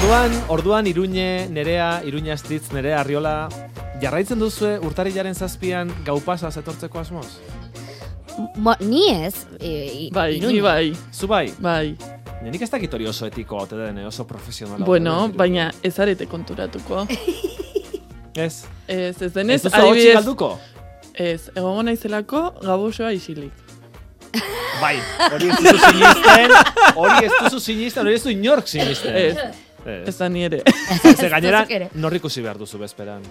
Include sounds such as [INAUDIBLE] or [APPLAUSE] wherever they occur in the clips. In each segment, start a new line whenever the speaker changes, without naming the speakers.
Orduan, orduan Iruñe, Nerea, Iruña Astitz, Nerea Arriola, jarraitzen duzue urtarilaren zazpian gau pasa etortzeko asmoz?
Mo, ni ez. E, i-
Bai,
Iruña.
ni bai,
Zu bai,
bai.
Ja, nik ez dakit hori oso etiko ote den, eh, oso profesionala. ote
Bueno,
den,
baina ez arete konturatuko.
Ez,
Ez, ez
ez
denez,
duzu hau
adibidez,
galduko?
ez, egongo naizelako gabosoa isilik.
Bai, hori ez duzu sinisten, hori ez duzu sinisten, hori ez du inork sinisten.
Ez,
Ez.
ez da ni ere. [LAUGHS]
Ze gainera,
Zuzuk ere.
norrik usi behar duzu bezperan.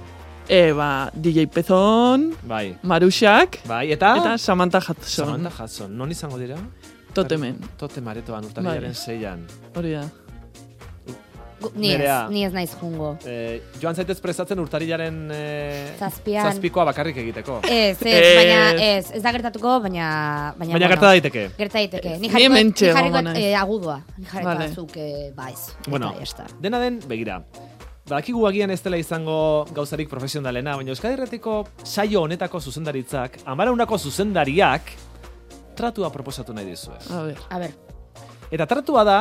E, ba, DJ Pezon,
Bai,
Maruxak,
bai, eta...
eta Samantha Hudson.
Samantha Hudson, non izango dira?
Totemen,
Tote maretoan, urtarriaren
Bai.
seian.
hori da.
Gu- Ni
Nerea.
ez, ni ez naiz jungo.
Eh, joan zaitez prestatzen urtarriaren eh,
Zazpian.
zazpikoa bakarrik egiteko.
Ez, ez,
Ez.
baina ez, ez da gertatuko, baina... Baina,
Baina gerta daiteke.
Gerta daiteke. Ni
Ni
jarriko,
hementxe
ni
egongo
jarriko
naiz.
eh, agudua. Ni jarriko
Vale.
vale. zuk eh, baiz.
Bueno,
Eta, ya está.
dena den, begira. Badakigu agian ez dela izango gauzarik profesionalena, baina Euskadi Erratiko saio honetako zuzendaritzak, amaraunako zuzendariak, tratua proposatu nahi dizue.
A ber,
A ber,
Eta tratua da,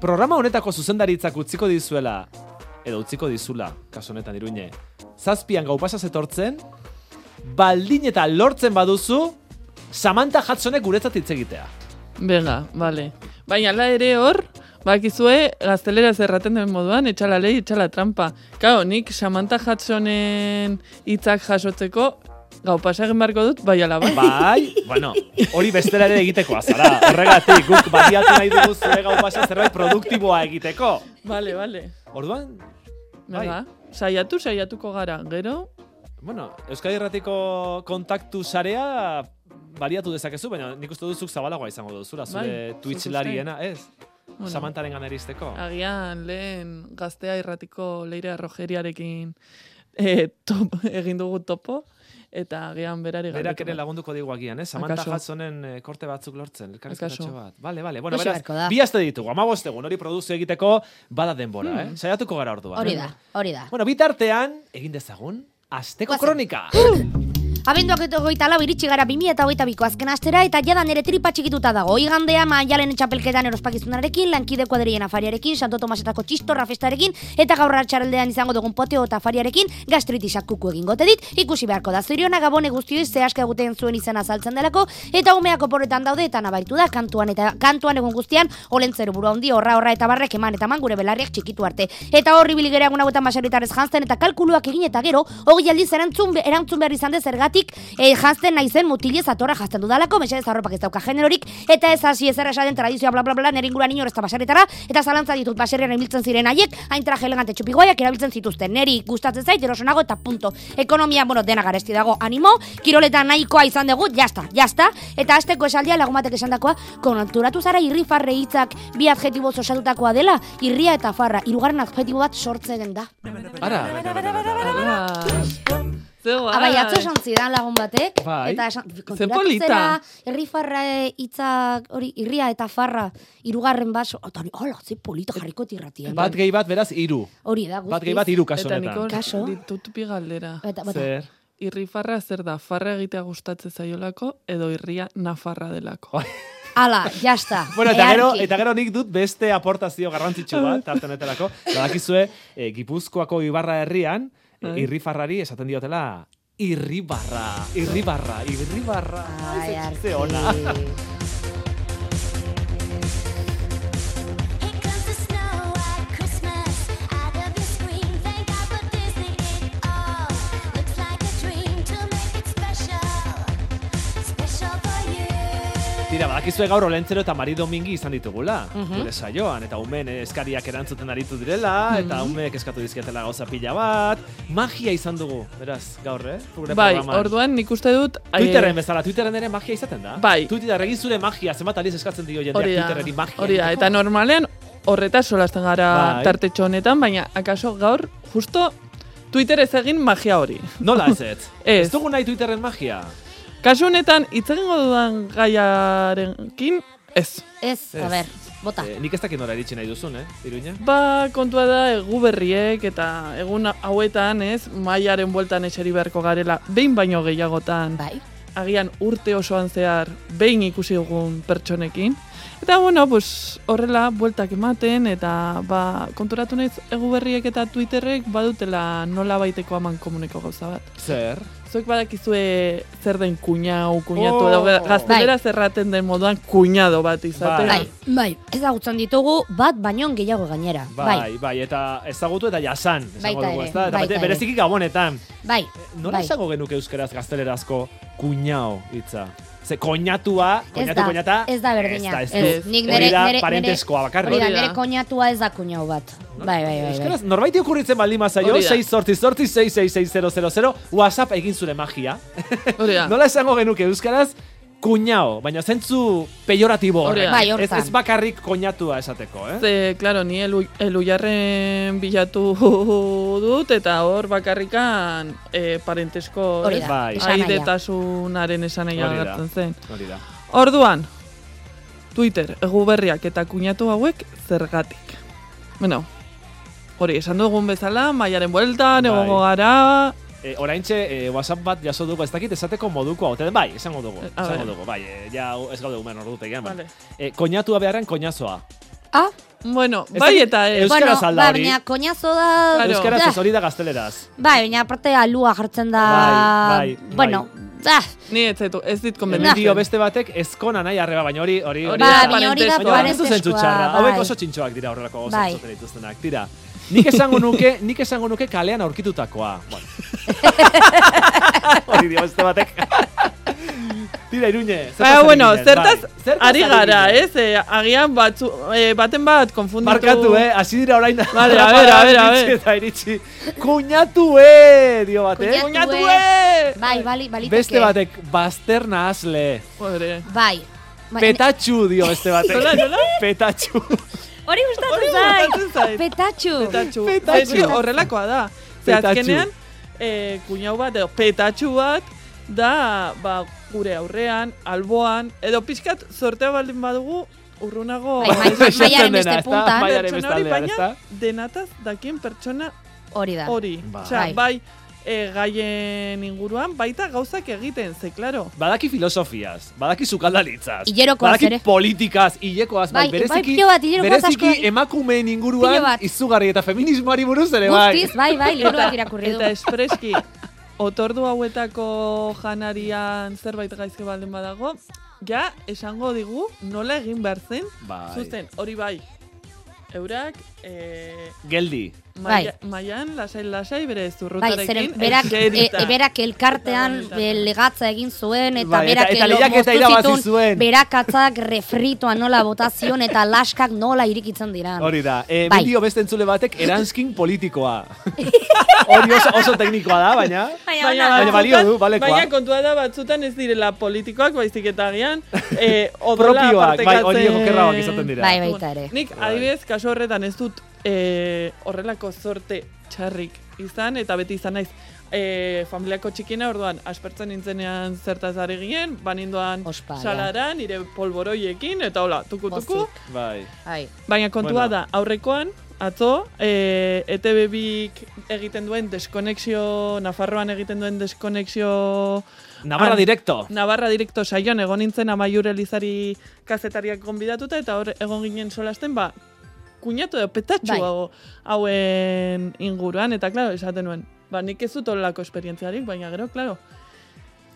programa honetako zuzendaritzak utziko dizuela, edo utziko dizula, kasu honetan iruine, zazpian gau pasaz etortzen, baldin eta lortzen baduzu, Samantha Hudsonek guretzat hitz egitea.
venga, vale. Baina la ere hor, bakizue, gaztelera zerraten den moduan, etxala lei, etxala trampa. Kao, nik Samantha Hudsonen hitzak jasotzeko, gau pasagen barko dut, bai ala
[LAUGHS]
bai.
Bai, bueno, hori bestela ere egiteko azara. Horregatik, guk baliatu nahi dugu zure gau pasa zerbait produktiboa egiteko.
Vale, vale.
Orduan, Bai.
Venga, saiatu, saiatuko gara. Gero,
bueno, Euskadi Erratiko kontaktu sarea baliatu dezakezu, baina nik uste duzuk zabalagoa izango duzula, zure
Bai,
Twitch
zuk uste.
lariena, ez?
Bueno. Ah,
Samantaren ganeristeko.
agian lehen gaztea irratiko leire arrojeriarekin eh, top, egin dugu topo, eta agian berari
Berak ere
galdetuko.
lagunduko digu agian, eh? Samantha
Akaso.
Hudsonen eh, korte batzuk lortzen, elkarrizketatxo
Akaso.
bat. Bale, bale, bueno,
Hoxe
beraz,
beharko da.
bi aste ditugu, amabostegun, hori produzio egiteko bada
Hmm.
denbora, eh? Saiatuko gara orduan.
hori da, hori da.
Bueno, bitartean, egin dezagun, Azteko
Guazen.
kronika!
Abenduak eta hogeita lau iritsi gara 2000 eta hogeita biko azken astera eta jada nere tripa txikituta dago. Igandea maialen txapelketan erospakizunarekin, lankideko aderien afariarekin, Santo Tomasetako txistorra festarekin eta gaur hartxaraldean izango dugun poteo eta afariarekin gastritisak kuku egingo dit. Ikusi beharko da zoriona gabone guztioi ze aska eguten zuen izena azaltzen delako eta umeak oporretan daude eta nabaitu da kantuan eta kantuan egun guztian olentzeru buru handi horra horra eta barrek eman eta eman gure belarriak txikitu arte. Eta horri bilgera egun hauetan baserritarrez jantzen eta kalkuluak egin eta gero, hogei aldiz erantzun, be- erantzun behar izan de zergatik eh, jantzen naizen mutilez atorra jantzen dudalako, mesedez arropak ez dauka generorik, eta ez hasi ezer esaten tradizioa bla bla bla nire inguruan inor ez da baserritara, eta zalantza ditut baserrian ibiltzen ziren haiek, hain traje elegante txupikoiak erabiltzen zituzten, neri gustatzen zait, erosonago eta punto. Ekonomia, bueno, dena garesti dago, animo, kiroletan nahikoa izan dugu, jasta, jasta, eta asteko esaldia lagumatek esandakoa, konturatu zara irri farre hitzak bi adjektiboz osatutakoa dela, irria eta farra, hirugarren adjektibo bat sortzen da.
Ara, bete, bete, bete, bete.
Ala. Ze
Abai,
guai.
Ah, bai, atzo esan zidan lagun batek,
Ba, Bai.
eta esan, konturatu
polita.
zera, herri farra eh, hitzak, hori, irria eta farra, hirugarren baso, eta hori, hola, ze polita jarriko tirratien.
bat gehi bat, beraz, iru.
hori da, guztiz.
Bat gehi bat, iru kasu
Eta nik
honetan.
hor
Kaso?
ditut bi galdera.
Eta, bata,
Zer?
Irrifarra zer da, farra egitea gustatzen zaiolako, edo irria nafarra delako.
ala, jasta.
[LAUGHS] Bueno, eta gero,
earki.
eta gero nik dut beste aportazio garrantzitsu bat, tarte honetarako. Badakizue, eh, Gipuzkoako Ibarra herrian, eh,
Bai.
irrifarrari esaten diotela irribarra, irribarra, irribarra.
Ai,
ze- ze
arki.
ona. Tira, badakizue gaur Olentzero eta Mari Domingi izan ditugula, gure saioan, eta umen eskariak erantzuten aritu direla, eta umeek eskatu dizkietela gauza pila bat, magia izan dugu, beraz, gaur, eh? Gure
bai,
programan.
orduan nik uste dut... eh, ai,
Twitterren bezala, Twitterren ere magia izaten da.
Bai.
Twitterren egin zure magia, zenbat aliz eskatzen dio jendeak
hori da,
Twitterreri magia.
hori da,
egiteko.
eta normalean horretaz solasten gara
Bai.
tartetxo honetan, baina akaso gaur justo Twitter ez egin magia hori.
Nola ez ez?
Ez.
Ez dugu nahi Twitterren magia.
Kasu honetan, hitz egingo dudan gaiarekin, ez.
[LAUGHS] Ez,
Ez.
a ber, bota.
Eh, nik ez dakit nora iritsi nahi duzun, eh, Iruña?
Ba, kontua da, egu berriek eta egun hauetan, ez, mailaren bueltan eseri beharko garela, behin baino gehiagotan
Bai,
agian urte osoan zehar behin ikusi dugun pertsonekin. Eta bueno, pues, horrela bueltak ematen eta ba, konturatu naiz egu berriek eta Twitterrek badutela nola baiteko haman komuneko gauza bat.
Zer?
Zuek badakizue zer den kuñau, kuñatu,
Oh!
edo gaztelera zerraten den moduan kuñado bat izatea.
Bai, bai, ezagutzen ditugu bat baino gehiago gainera. Bai,
Bai, bai, eta ezagutu eta jasan. esango
Baita
dugu,
ere,
ezta? Eta
baita
bate-
ere.
bereziki gabonetan.
bai,
Eh, Nola
bai.
esango genuke euskeraz gaztelerazko kuñao hitza? Ze koñatua, koñatu
da,
koñata.
ez da berdina.
Ez da,
Ez,
ez du.
nik
Hori
nere-
da
nere- nere-
parenteskoa bakarrik.
Hori da,
Hori da.
nere koñatua ez da kuñau bat. Bai, bai, bai. bai.
Euskaraz, norbaiti okurritzen baldin mazaio,
Hori da.
6 sortzi sortzi 6666000, WhatsApp egin zure magia.
[LAUGHS] Hori da.
Nola esango genuke euskaraz, kuñao, baina zentzu pejoratibo
Hori
horrekin.
da.
Bai,
ez,
hortan.
ez bakarrik koñatua esateko, eh?
Ze, claro, ni elu, elujarren bilatu [LAUGHS] dut eta hor bakarrikan e, parentesko
Hori
ez? ba-
da,
Bai.
esanahia.
aidetasunaren esanaia
Hori da.
agertzen zen.
Hori da.
Orduan, Twitter, eguberriak eta kuñatu hauek zergatik. Bueno, hori, esan dugun bezala, maiaren bueltan,
Bai.
egongo gara,
E, oraintxe e, WhatsApp bat jaso dugu, ez dakit esateko moduko hau. Bai, esango dugu,
Eh, a
esango
ber.
dugu. Bai, e, ja ez gaude gumen ordutegian.
Vale.
Vale. E, koñatua beharren koñazoa.
Ah,
Bueno,
Ez
bai
dakit-
eta ez.
Euskaraz
bueno,
al da
ba,
hori?
baina koñazo da...
Claro.
Euskaraz
da.
ez hori da gazteleraz.
Bai, baina aparte alua jartzen da...
Bai, bai,
Bueno, ah, da...
Ni ez zaitu, ez dit
Hemen
konbenditzen.
dio beste batek ezkona nahi arreba, baina hori hori
Hori
Ba,
da
baina hori da
parenteskua.
Baina hori ez du zentzu txarra.
parenteskua.
Hauek oso txintxoak dira horrelako oso
Bai.
entzoten dituztenak. Tira. Nik esango nuke, [LAUGHS] nik esango nuke kalean aurkitutakoa.
[LAUGHS]
Bueno. Hori dio beste batek. Tira, Iruñe. zertaz
Ba,
ari
bueno,
ginen?
zertaz,
Bai, zertaz
ari gara,
ginen?
ez? Eh, agian batzu, eh, baten bat konfunditu.
Markatu, eh? Hasi dira orain.
Vale, a ver, a ver, a
[LAUGHS]
ver.
Iritsi Eta iritsi. Kuñatu, eh! Dio batek.
Kuñatu,
Kuñatu,
eh!
eh!
Bai, bali, baliteke.
Beste batek, bazterna azle.
Pobre.
Bai. Ba-
Petatxu dio beste batek.
Nola, nola?
Petatxu.
Hori gustatzen
Hori
zait.
gustatzen zait.
Petatxu.
Petatxu.
Petatxu.
Petatxu. Horrelakoa da. Ze
Petatxu.
azkenean, eh, kuñau bat, edo petatxu bat, da, ba, gure aurrean, alboan, edo pixkat sortea baldin badugu, urrunago...
[LAUGHS]
Bai,
[LAUGHS]
mai- mai- maiaren beste
Dena, ezta?
puntan.
Maiaren
pertsona
beste
hori,
aldean,
baina
ezta?
denataz dakien pertsona
Hori da.
hori.
Bai.
Osea,
Bai.
bai, eh, gaien inguruan, baita gauzak egiten, ze, klaro.
Badaki filosofiaz, badaki sukaldaritzaz,
Hilerokoaz
badaki
ere.
politikaz, hilekoaz, bai,
Bai, bai,
bereziki,
pilo bat, hilerokoaz asko
bereziki
egin-
emakumeen
Pilo
inguruan
bat.
izugarri eta feminismoari buruz ere, bai.
Guztiz, bai, bai, liburuak irakurri
Eta
du. [LAUGHS]
espreski, otordu hauetako janarian zerbait gaizke baldin badago, ja, esango digu nola egin behar zen,
Bai.
zuzen, hori bai, eurak, e,
Geldi.
maia, maian, lasai, lasai, bere
Bai,
zurrutarekin,
zeren berak, e,
eserita.
e, berak elkartean
Errorita.
e, legatza egin zuen, eta
Bai, eta-
berak
eta
elo
lehiaketa
moztu
irabazi
zituen,
zuen.
Berak atzak refritoa nola botazion eta laskak nola irikitzen dira.
Hori da, e,
Bai.
bideo beste entzule batek eranskin
[LAUGHS]
politikoa. Hori oso, oso teknikoa da, baina...
eh, ona da.
baina balio du, balekoa.
baina kontua da batzutan ez direla politikoak, baizik eta agian, e,
[LAUGHS]
odola
Propioak, bai, hori
partekatzen-
jokerragoak izaten dira.
Bai, baita ere.
Nik
Bai.
adibidez, kaso horretan ez dut eh, horrelako zorte txarrik izan, eta beti izan naiz eh, familiako txikina, orduan, aspertzen nintzenean zertaz ari ginen, baninduan
Ospa, ja.
salara, nire polboroiekin, eta hola, tuku-tuku.
Pozik.
Bai.
Bai.
Baina kontua
Bueno.
da, aurrekoan, atzo, e, etb bik egiten duen deskonexio, Nafarroan egiten duen deskonexio
Navarra
Han-
directo.
Navarra direkto saion egon nintzen amaiur elizari kazetariak gonbidatuta eta hor egon ginen solasten ba kuñatu edo petatxu
Bai.
hau, hauen inguruan eta claro esaten nuen ba nik ez dut horrelako esperientziarik baina gero claro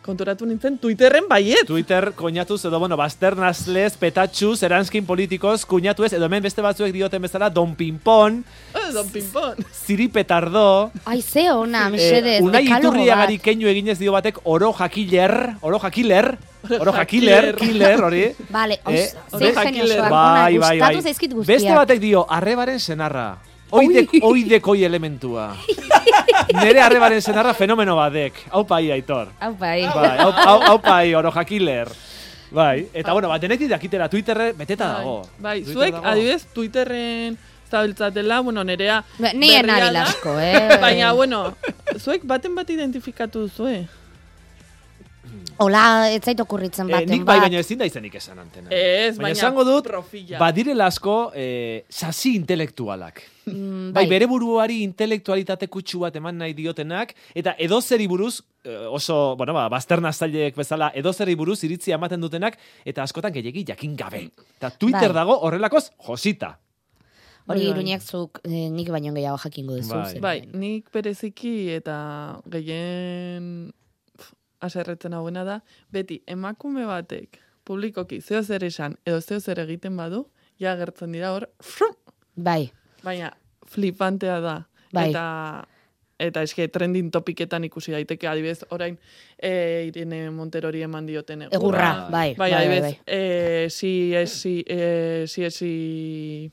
konturatu nintzen Twitterren baiet
Twitter koñatuz edo, bueno, basternazlez, petatxuz, eranskin politikoz, kuñatuez, edo hemen beste batzuek dioten bezala, don pinpon,
Eh, don pinpon
ziripetardo,
Ai, ze ona, mesedez.
Eh, Unai
dekalogo
Iturriagari
bat.
keinu eginez dio batek oro jakiler, oro jakiler, oro jakiler,
jakiler.
killer
[LAUGHS]
hori.
Vale,
Eh,
oz,
hori
ze
jakiler.
geniosoak, ona,
Bai, bai, bai.
Bai, gustatu zaizkit guztiak.
Beste batek dio arrebaren senarra. Oidek, oidekoi
[LAUGHS]
elementua. Nere arrebaren senarra fenomeno badek. Hau pai aitor.
Hau bai.
Bai, hau, hau, hau pai oro jakiler. Bai, eta bueno, batenetik dakitera Twitterre beteta dago.
bai,
Twitter
zuek
Ah, oh. dago.
adibidez Twitterren zabiltzatela, bueno, nerea
Ba, Ni
berria
enari
da. [LAUGHS]
asko, eh.
[LAUGHS]
Baina, bueno, zuek baten bat identifikatu duzue.
Ola, ez zait okurritzen
Eh,
baten.
nik bai,
bat.
baina ezin da izenik esan antena.
Ez, baina
esango dut,
profila.
badirela asko eh, sasi intelektualak.
Mm,
Bai, bere buruari intelektualitate kutsu bat eman nahi diotenak, eta edozeri buruz, eh, oso, bueno, ba, bazterna zailek bezala, edozeri buruz iritzia ematen dutenak, eta askotan gehiagi jakin gabe. Eta Twitter
Bai.
dago horrelakoz josita.
Hori
Bai, bai.
iruñak zuk eh, nik baino gehiago jakingo duzu.
Bai.
zeren-
Bai, nik bereziki eta gehien pf, aserretzen hauena da, beti emakume batek publikoki zeo zer esan edo zeo zer egiten badu, ja gertzen dira hor, frum,
Bai.
baina flipantea da.
Bai.
Eta eta eske trending topiketan ikusi daiteke adibidez orain e, Irene Monterori eman dioten
Egurra, bai.
Bai,
bai, bai,
adibidez, eh, si, esi, eh, si, esi,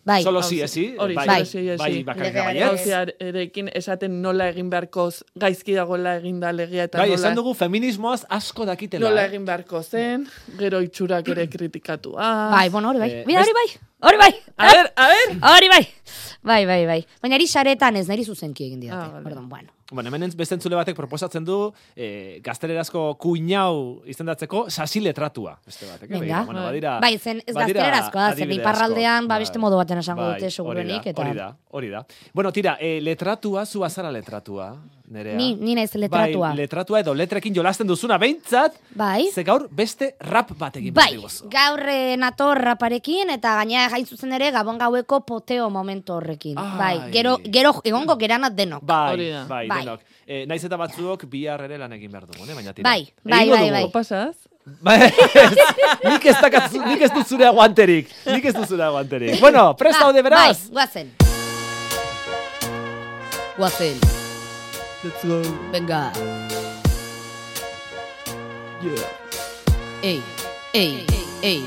bai.
Solo
hau
si,
ze-
esi,
hori,
bai,
solo
si, esi.
bai, bakarrik
Legearen
baietz.
aurrean.
Erekin esaten nola egin beharkoz, gaizki dagoela egin da legia eta
Bai,
nola,
esan dugu feminismoaz asko dakitela.
nola
eh?
egin beharko zen, gero itxurak ere kritikatua.
Bai, bueno, hori bai.
Eh, Ah,
Mira,
best-
hori bai. Hori bai.
A ber, a ber!
Hori bai. Bai, bai, bai. Baina ari saretan ez, nari zuzenki egin didate.
Ah, bale.
Orduan, bueno.
Bueno, hemen entz- beste entzule batek proposatzen du eh, gaztelerazko kuinau izendatzeko sasi letratua. Beste batek, eh?
Venga.
Bueno, badira,
Bai, zen ez
badira
gaztelerazko da, zer
adibide
iparraldean,
asko.
ba, beste
Bai,
modu baten esango
bai,
dute seguruenik,
hori da,
eta-
Hori da, hori da. Bueno, tira, eh, letratua, zu azara letratua, nerea.
Ni, ni naiz letratua.
Bai, letratua edo letrekin jolasten duzuna, behintzat,
Bai.
ze gaur beste rap batekin
Bai,
badiguzu.
gaur eh, nator raparekin eta gaina jain zuzen ere gabon gaueko poteo momentu horrekin.
Ai.
Bai, gero, gero egongo geranat denok.
Bai,
Hori da.
bai,
Bai.
denok. Eh, naiz eta batzuok bihar ere lan egin behar dugu, ne? baina tira.
Bai, bai,
Egingo
bai,
dugu.
bai.
Pasaz?
Ba, ez. nik ez dakat, nik ez dut zure aguanterik. Nik ez dut zure aguanterik. Bueno, prest
Ba,
daude beraz.
Bai, guazen. Guazen,
Let's go.
venga.
Yeah.
Ei, ei, ei.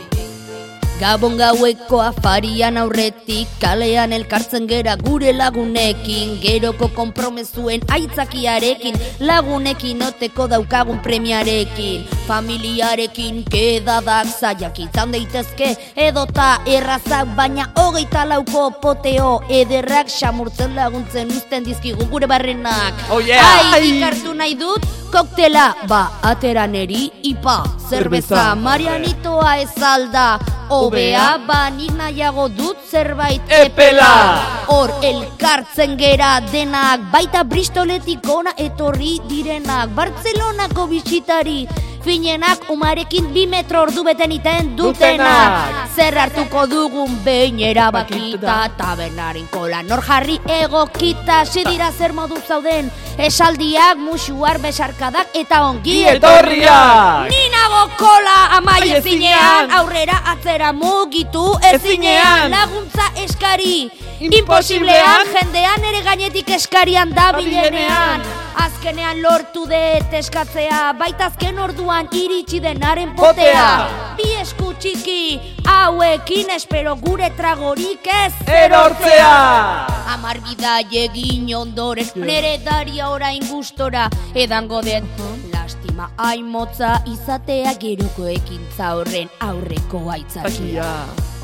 Gabon gaueko afarian aurretik kalean elkartzen gera gure lagunekin geroko konpromezuen aitzakiarekin lagunekin oteko daukagun premiarekin familiarekin kedadak zaiak izan daitezke edota errazak baina hogeita lauko poteo ederrak xamurtzen laguntzen uzten dizkigu gure barrenak
Oh, yeah!
Ai, nik hartu nahi dut koktela ba atera neri ipa zerbeza
Zerbeza.
marianitoa ez alda Obea, ba nik nahiago dut zerbait
Epela!
Hor elkartzen gera denak Baita Bristoletik ona etorri direnak Bartzelonako bisitari Finenak umarekin bi metro ordu beten iten dutenak
Dutenak.
Zer hartuko dugun behin erabakita
Bakita.
Tabernaren kola nor jarri egokita Se dira zer modu zauden Esaldiak, musuar, besarkadak eta ongi
Etorriak!
Ni nago kola amaia
Ai,
ezinean
ezinean.
Aurrera atzera mugitu ezinean
Ezinean.
Laguntza eskari
Imposiblean.
Imposiblean jendean ere gainetik eskarian dabilenean
Dabilenean.
Azkenean lortu dut eskatzea Baita azken orduan iritsi denaren potea
Potea.
Bi esku txiki Hauekin espero gure tragorik ez
Erortzea!
Amar bidaie egin ondoren Nere daria orain gustora Edango den Lastima aimotza izatea geruko ekintza horren aurreko aitzakia
Takia.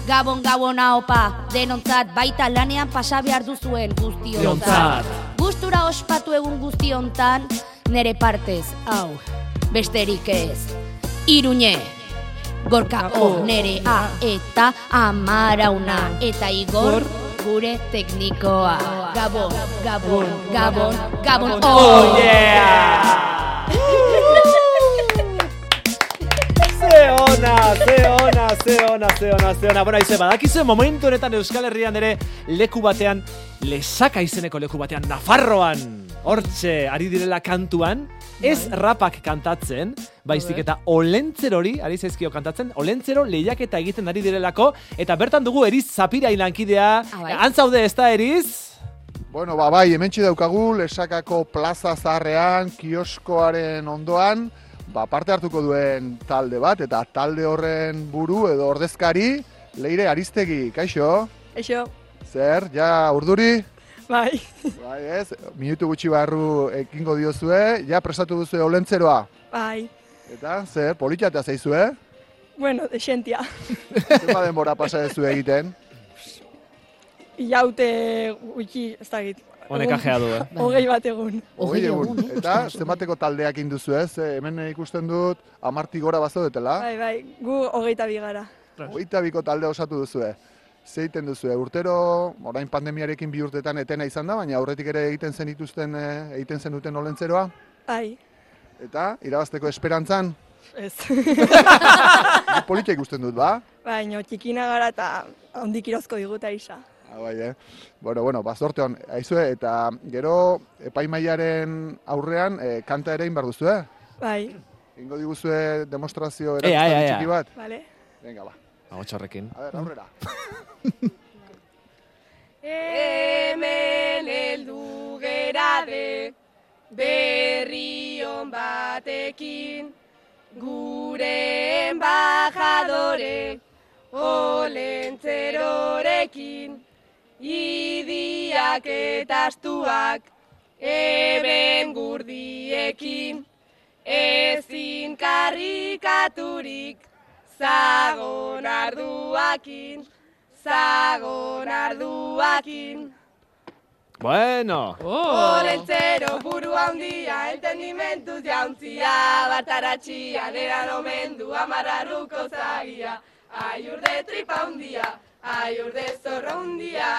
Gabon gabona opa Denontzat baita lanean pasa behar duzuen guztiontzat
Denontzat.
Gustura ospatu egun guztiontan Nere partez, hau, besterik ez Iruñe, gorka
Oh.
nerea eta amarauna Eta igor, gure teknikoa Gabon, gabon, gabon, gabon, oh,
Oh yeah! Ze ona, ze ona, ze ona, ze ona, ze ona. Bueno, aize, badakizue momentu honetan Euskal Herrian ere leku batean, lesaka izeneko leku batean, Nafarroan, hortxe, ari direla kantuan, ez rapak kantatzen, baizik
Bai.
eta olentzerori, ari zaizkio kantatzen, olentzero lehiaketa egiten ari direlako, eta bertan dugu Eriz Zapira ilankidea,
Ah, bai.
antzaude ez da Eriz?
Bueno, ba, bai, hementxe daukagu, lesakako plaza zaharrean, kioskoaren ondoan, ba, parte hartuko duen talde bat, eta talde horren buru edo ordezkari, leire ariztegi, kaixo?
Eixo,
Zer, ja urduri?
bai,
Bai ez, minutu gutxi barru ekingo diozue, ja prestatu duzue olentzeroa.
bai.
Eta, zer, politatea eh? zaizue?
Bueno, desentia.
Zepa denbora pasa duzu egiten?
Iaute gutxi, ez dakit,
Honek ajea du, eh?
[LAUGHS] hogei bat egun.
Hogei egun.
eh?
Eta zenbateko taldeak induzu ez, Eh, hemen ikusten dut, amarti gora bazaudetela,
Bai, bai, gu hogeita bi gara.
hogeita biko talde osatu duzue. Zeiten duzue, urtero, orain pandemiarekin bi urtetan etena izan da, baina aurretik ere egiten zen dituzten, eh, egiten zen duten olentzeroa,
Bai,
eta irabazteko esperantzan,
ez. [LAUGHS]
politia ikusten dut, ba?
Baina Bai, txikina gara eta ondik irozko diguta isa.
Ah, bai, eh? Bueno, bueno, bazorte hon, aizue, eta gero epaimaiaren aurrean eh, kanta ere inbar duzue, eh?
Bai,
Ingo diguzue demostrazio
Ea, ea,
erakustari
ea.
txiki bat?
bale?
Venga, ba.
Hau txorrekin.
A ver, aurrera.
[LAUGHS]
Hemen heldu gerade berri on batekin gure embajadore olentzerorekin idiak eta astuak eben gurdiekin ezin karrikaturik zagon arduakin zagon arduakin
Bueno!
Oh!
Olentzero burua handia, entendimentuz jauntzia, bartaratxia, neran omen du amarraruko zagia, aiurde tripa handia, aiurde zorra handia.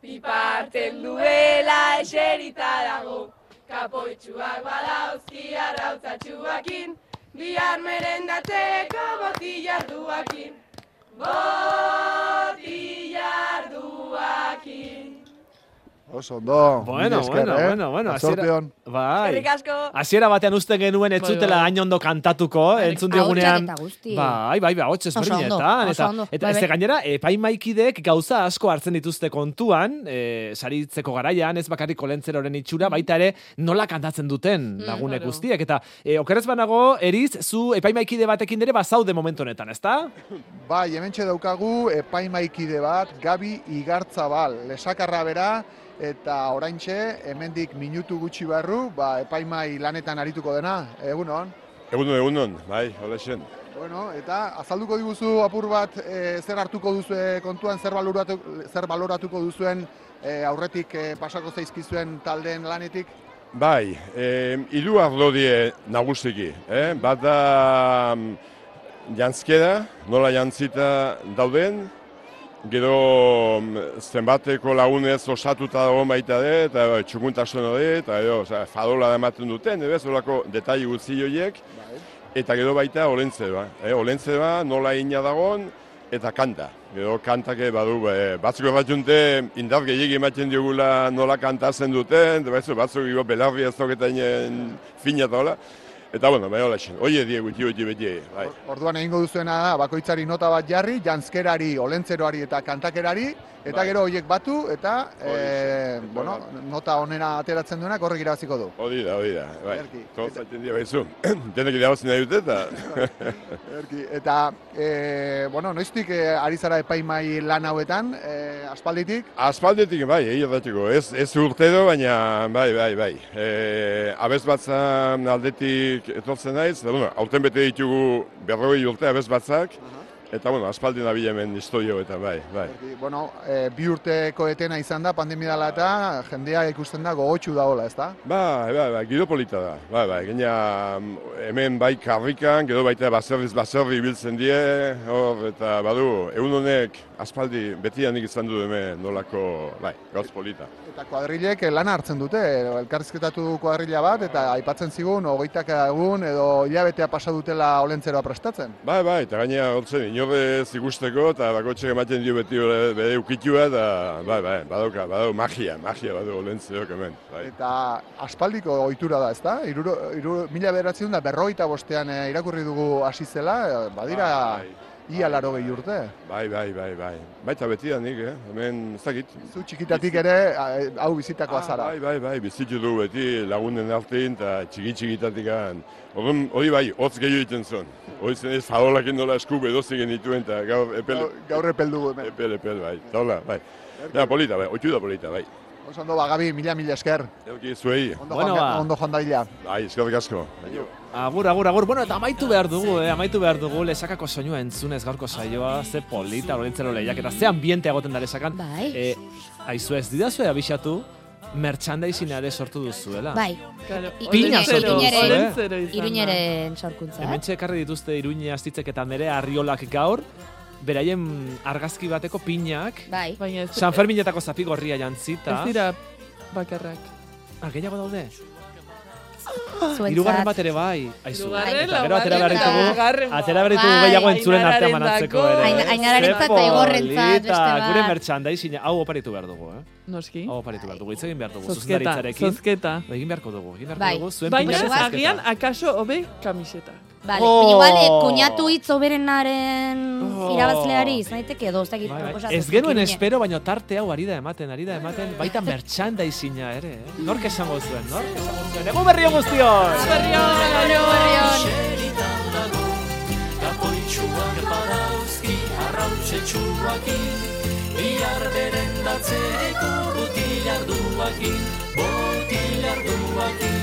Piparten duela eserita dago, kapoitxuak badauzki arrautzatxuakin, bihar merendatzeko botilarduakin, botilarduakin.
Oso ondo.
Bueno,
mila esker,
bueno,
eh?
bueno, bueno.
Batzorte
hasiera-
on.
Bai.
Eskerrik asko.
Hasiera batean usten genuen ez
Bai,
zutela
bai.
hain ondo kantatuko, entzun diogunean.
Ahotsak eta guzti.
Bai, bai, bai, hotz
Oso ondo,
ezberdinetan.
oso
Eta,
ondo.
eta
Bai,
ez
bai.
gainera, epaimaikideek gauza asko hartzen dituzte kontuan, e, saritzeko garaian, ez bakarrik olentzeroren itxura, baita ere nola kantatzen duten lagunek
Mm, Claro.
guztiek. Eta e, okerrez banago, eriz, zu epaimaikide batekin ere bazaude momentu honetan, ezta?
Bai, hementxe daukagu epaimaikide bat, Gabi Igartzabal, lesakarra bera, eta oraintxe hemendik minutu gutxi barru, ba, epaimai lanetan arituko dena, egun on.
Egunon, egunon, bai, hola xen.
Bueno, eta azalduko diguzu apur bat e, zer hartuko duzu kontuan, zer, baloratu, zer baloratuko duzuen e, aurretik e, pasako zaizkizuen taldeen lanetik?
Bai, eh, hiru arlo die nagusiki, eh? Bat da mm, jantzkera, nola jantzita dauden, gero mm, zenbateko lagunez osatuta dago baita de, eta e, txukuntasun hori, eta edo, osea, fadola ematen duten, edo, zolako detai gutzi horiek, eta gero baita olentzeroa. Eh? Olentzeroa nola ina dagon eta kanta. Gero kantak ere badu, e, batzuk erratxunte indar gehiagik ematen diogula nola kantatzen duten, eta batzuk, batzuk igo belarri ez doketainen fina eta hola. Eta bueno, bai hola esen, oie die guti, oie beti, bai.
Orduan egingo duzuena da, bakoitzari nota bat jarri, jantzkerari, olentzeroari eta kantakerari, eta
Bai.
gero horiek batu, eta
Hori
eh,
zen.
bueno, nota onena ateratzen duenak horrek irabaziko
[LAUGHS]
du.
Hori da, hori da, bai.
Ederki.
Toz zaiten dira bai, baizu, [CLEARS THROAT] denek irabazin nahi dute eta...
Erki, Eta, eh, bueno, noiztik eh, ari zara epaimai lan hauetan, eh, aspalditik,
Aspaldetik bai, egirratiko, ez, ez urtero, baina bai, bai, bai. E, abez batzan aldetik etortzen naiz, da, bueno, aurten bete ditugu berrogei urte abez batzak, eta bueno, aspaldi nabil hemen historio eta bai, bai.
Erki, bueno, eh, bi urteko etena izan da, pandemia dela eta jendea ikusten da gogotsu daola, ezta?
Bai, bai, bai, giro polita da, bai, bai, gaina mm, hemen bai karrikan, gero baita baserriz baserri ibiltzen die, hor, eta badu, egun honek aspaldi betianik izan du hemen nolako, bai, gauz polita.
Eta kuadrilek eh, lana hartzen dute, eh, elkarrizketatu kuadrilla bat, eta aipatzen zigun, hogeitak egun edo hilabetea pasa dutela olentzeroa prestatzen.
Bai, bai, eta gainera hortzen inorrez ikusteko eta bakotxek ematen dio beti bere bere ukitua eta bai, bai, badauka, badau magia, magia badu olentzeok hemen. Bai.
Eta aspaldiko ohitura da, ezta? Iruro, iru, mila bederatzen da berrogeita bostean eh, irakurri dugu hasi zela, eh, badira
Bai,
ia laro gehi urte.
Bai, bai, bai, bai. Baita beti da nik, eh? hemen ez dakit.
Zu txikitatik ere eh, hau bizitakoa zara.
bai, bai, bai, bizitu du beti lagunen artein eta txiki-txikitatik an. Horren, hori bai, hotz gehiago egiten zuen. Hori zen ez, fadolak nola esku bedozien dituen eta gaur epel,
Gaur- Gaur epel dugu hemen.
epel, epel, bai. Taula, bai. Ja, polita, bai, oitxu da polita, bai.
Oso ondo, ba, Gabi, mila, mila esker.
Euki zuei.
Ondo,
Bueno,
joan,
ba.
ondo joan dadila.
Bai, eskerrik asko.
Agur, agur, agur. Bueno, eta amaitu behar dugu, eh? Amaitu behar dugu lesakako soinua entzunez gaurko saioa, ze polita, orentzero lehiak, eta ze ambiente egoten da lesakan.
Bai.
Eh, aizu ez didazue abisatu, merchandising ere sortu duzuela.
Bai,
Claro,
Pina
olentzero,
sortu duzu, eh?
olentzero izan da.
iruñeren sorkuntza. eh?
Hemen ekarri dituzte iruñe astitzek eta nere arriolak gaur, beraien argazki bateko pinak,
Bai.
Baina ez,
San Ferminetako zapi gorria jantzita.
ez dira bakarrak.
Ah, gehiago daude. Hirugarren bat
Zuentzat.
ere bai. Aizu.
Hirugarren,
Eta gero atera behar
laugarren,
ditugu.
laugarren,
Atera behar Ah, ditugu
bai.
gehiago entzulen artean
Ainararendako.
banatzeko ere.
Aina- Ainararentzat eta
Ze
Igorrentzat beste
polita.
bat.
Gure merchandising hau oparitu behar dugu, eh?
Noski.
Hau oparitu behar dugu. Hitz egin behar dugu
Bai. Zozketa,
zuzendaritzarekin.
zozketa.
Egin beharko dugu. Egin beharko
Bai.
dugu. Zuen
Baina
pinaren zozketa.
agian akaso hobe kamisetak.
Bale,
Oh.
baina bale, eh, kuñatu hitz oberenaren
Oh.
irabazleari izan daiteke edo, ez dakit
Bai, bai.
proposatu.
Ez genuen espero, baina tarte hau ari da ematen, ari da ematen, baita merchandisinga ere, eh? Nork esango zuen, nork esango zuen. Egu berrion guztion!
Kapoitxuak badauzki arrautxe txuakin Bihar beren datzeko botilarduakin Botilarduakin